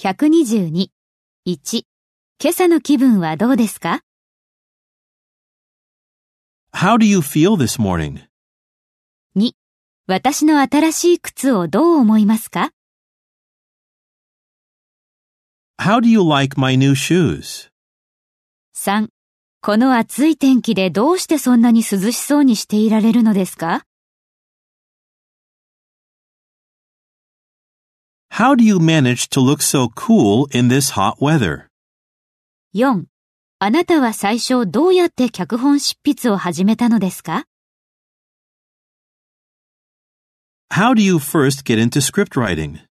122.1. 今朝の気分はどうですか How do you feel this morning? 2. 私の新しい靴をどう思いますか How do you like my new shoes? 3. この暑い天気でどうしてそんなに涼しそうにしていられるのですか How do you manage to look so cool in this hot weather? 4. あなたは最初どうやって脚本執筆を始めたのですか How do you first get into script writing?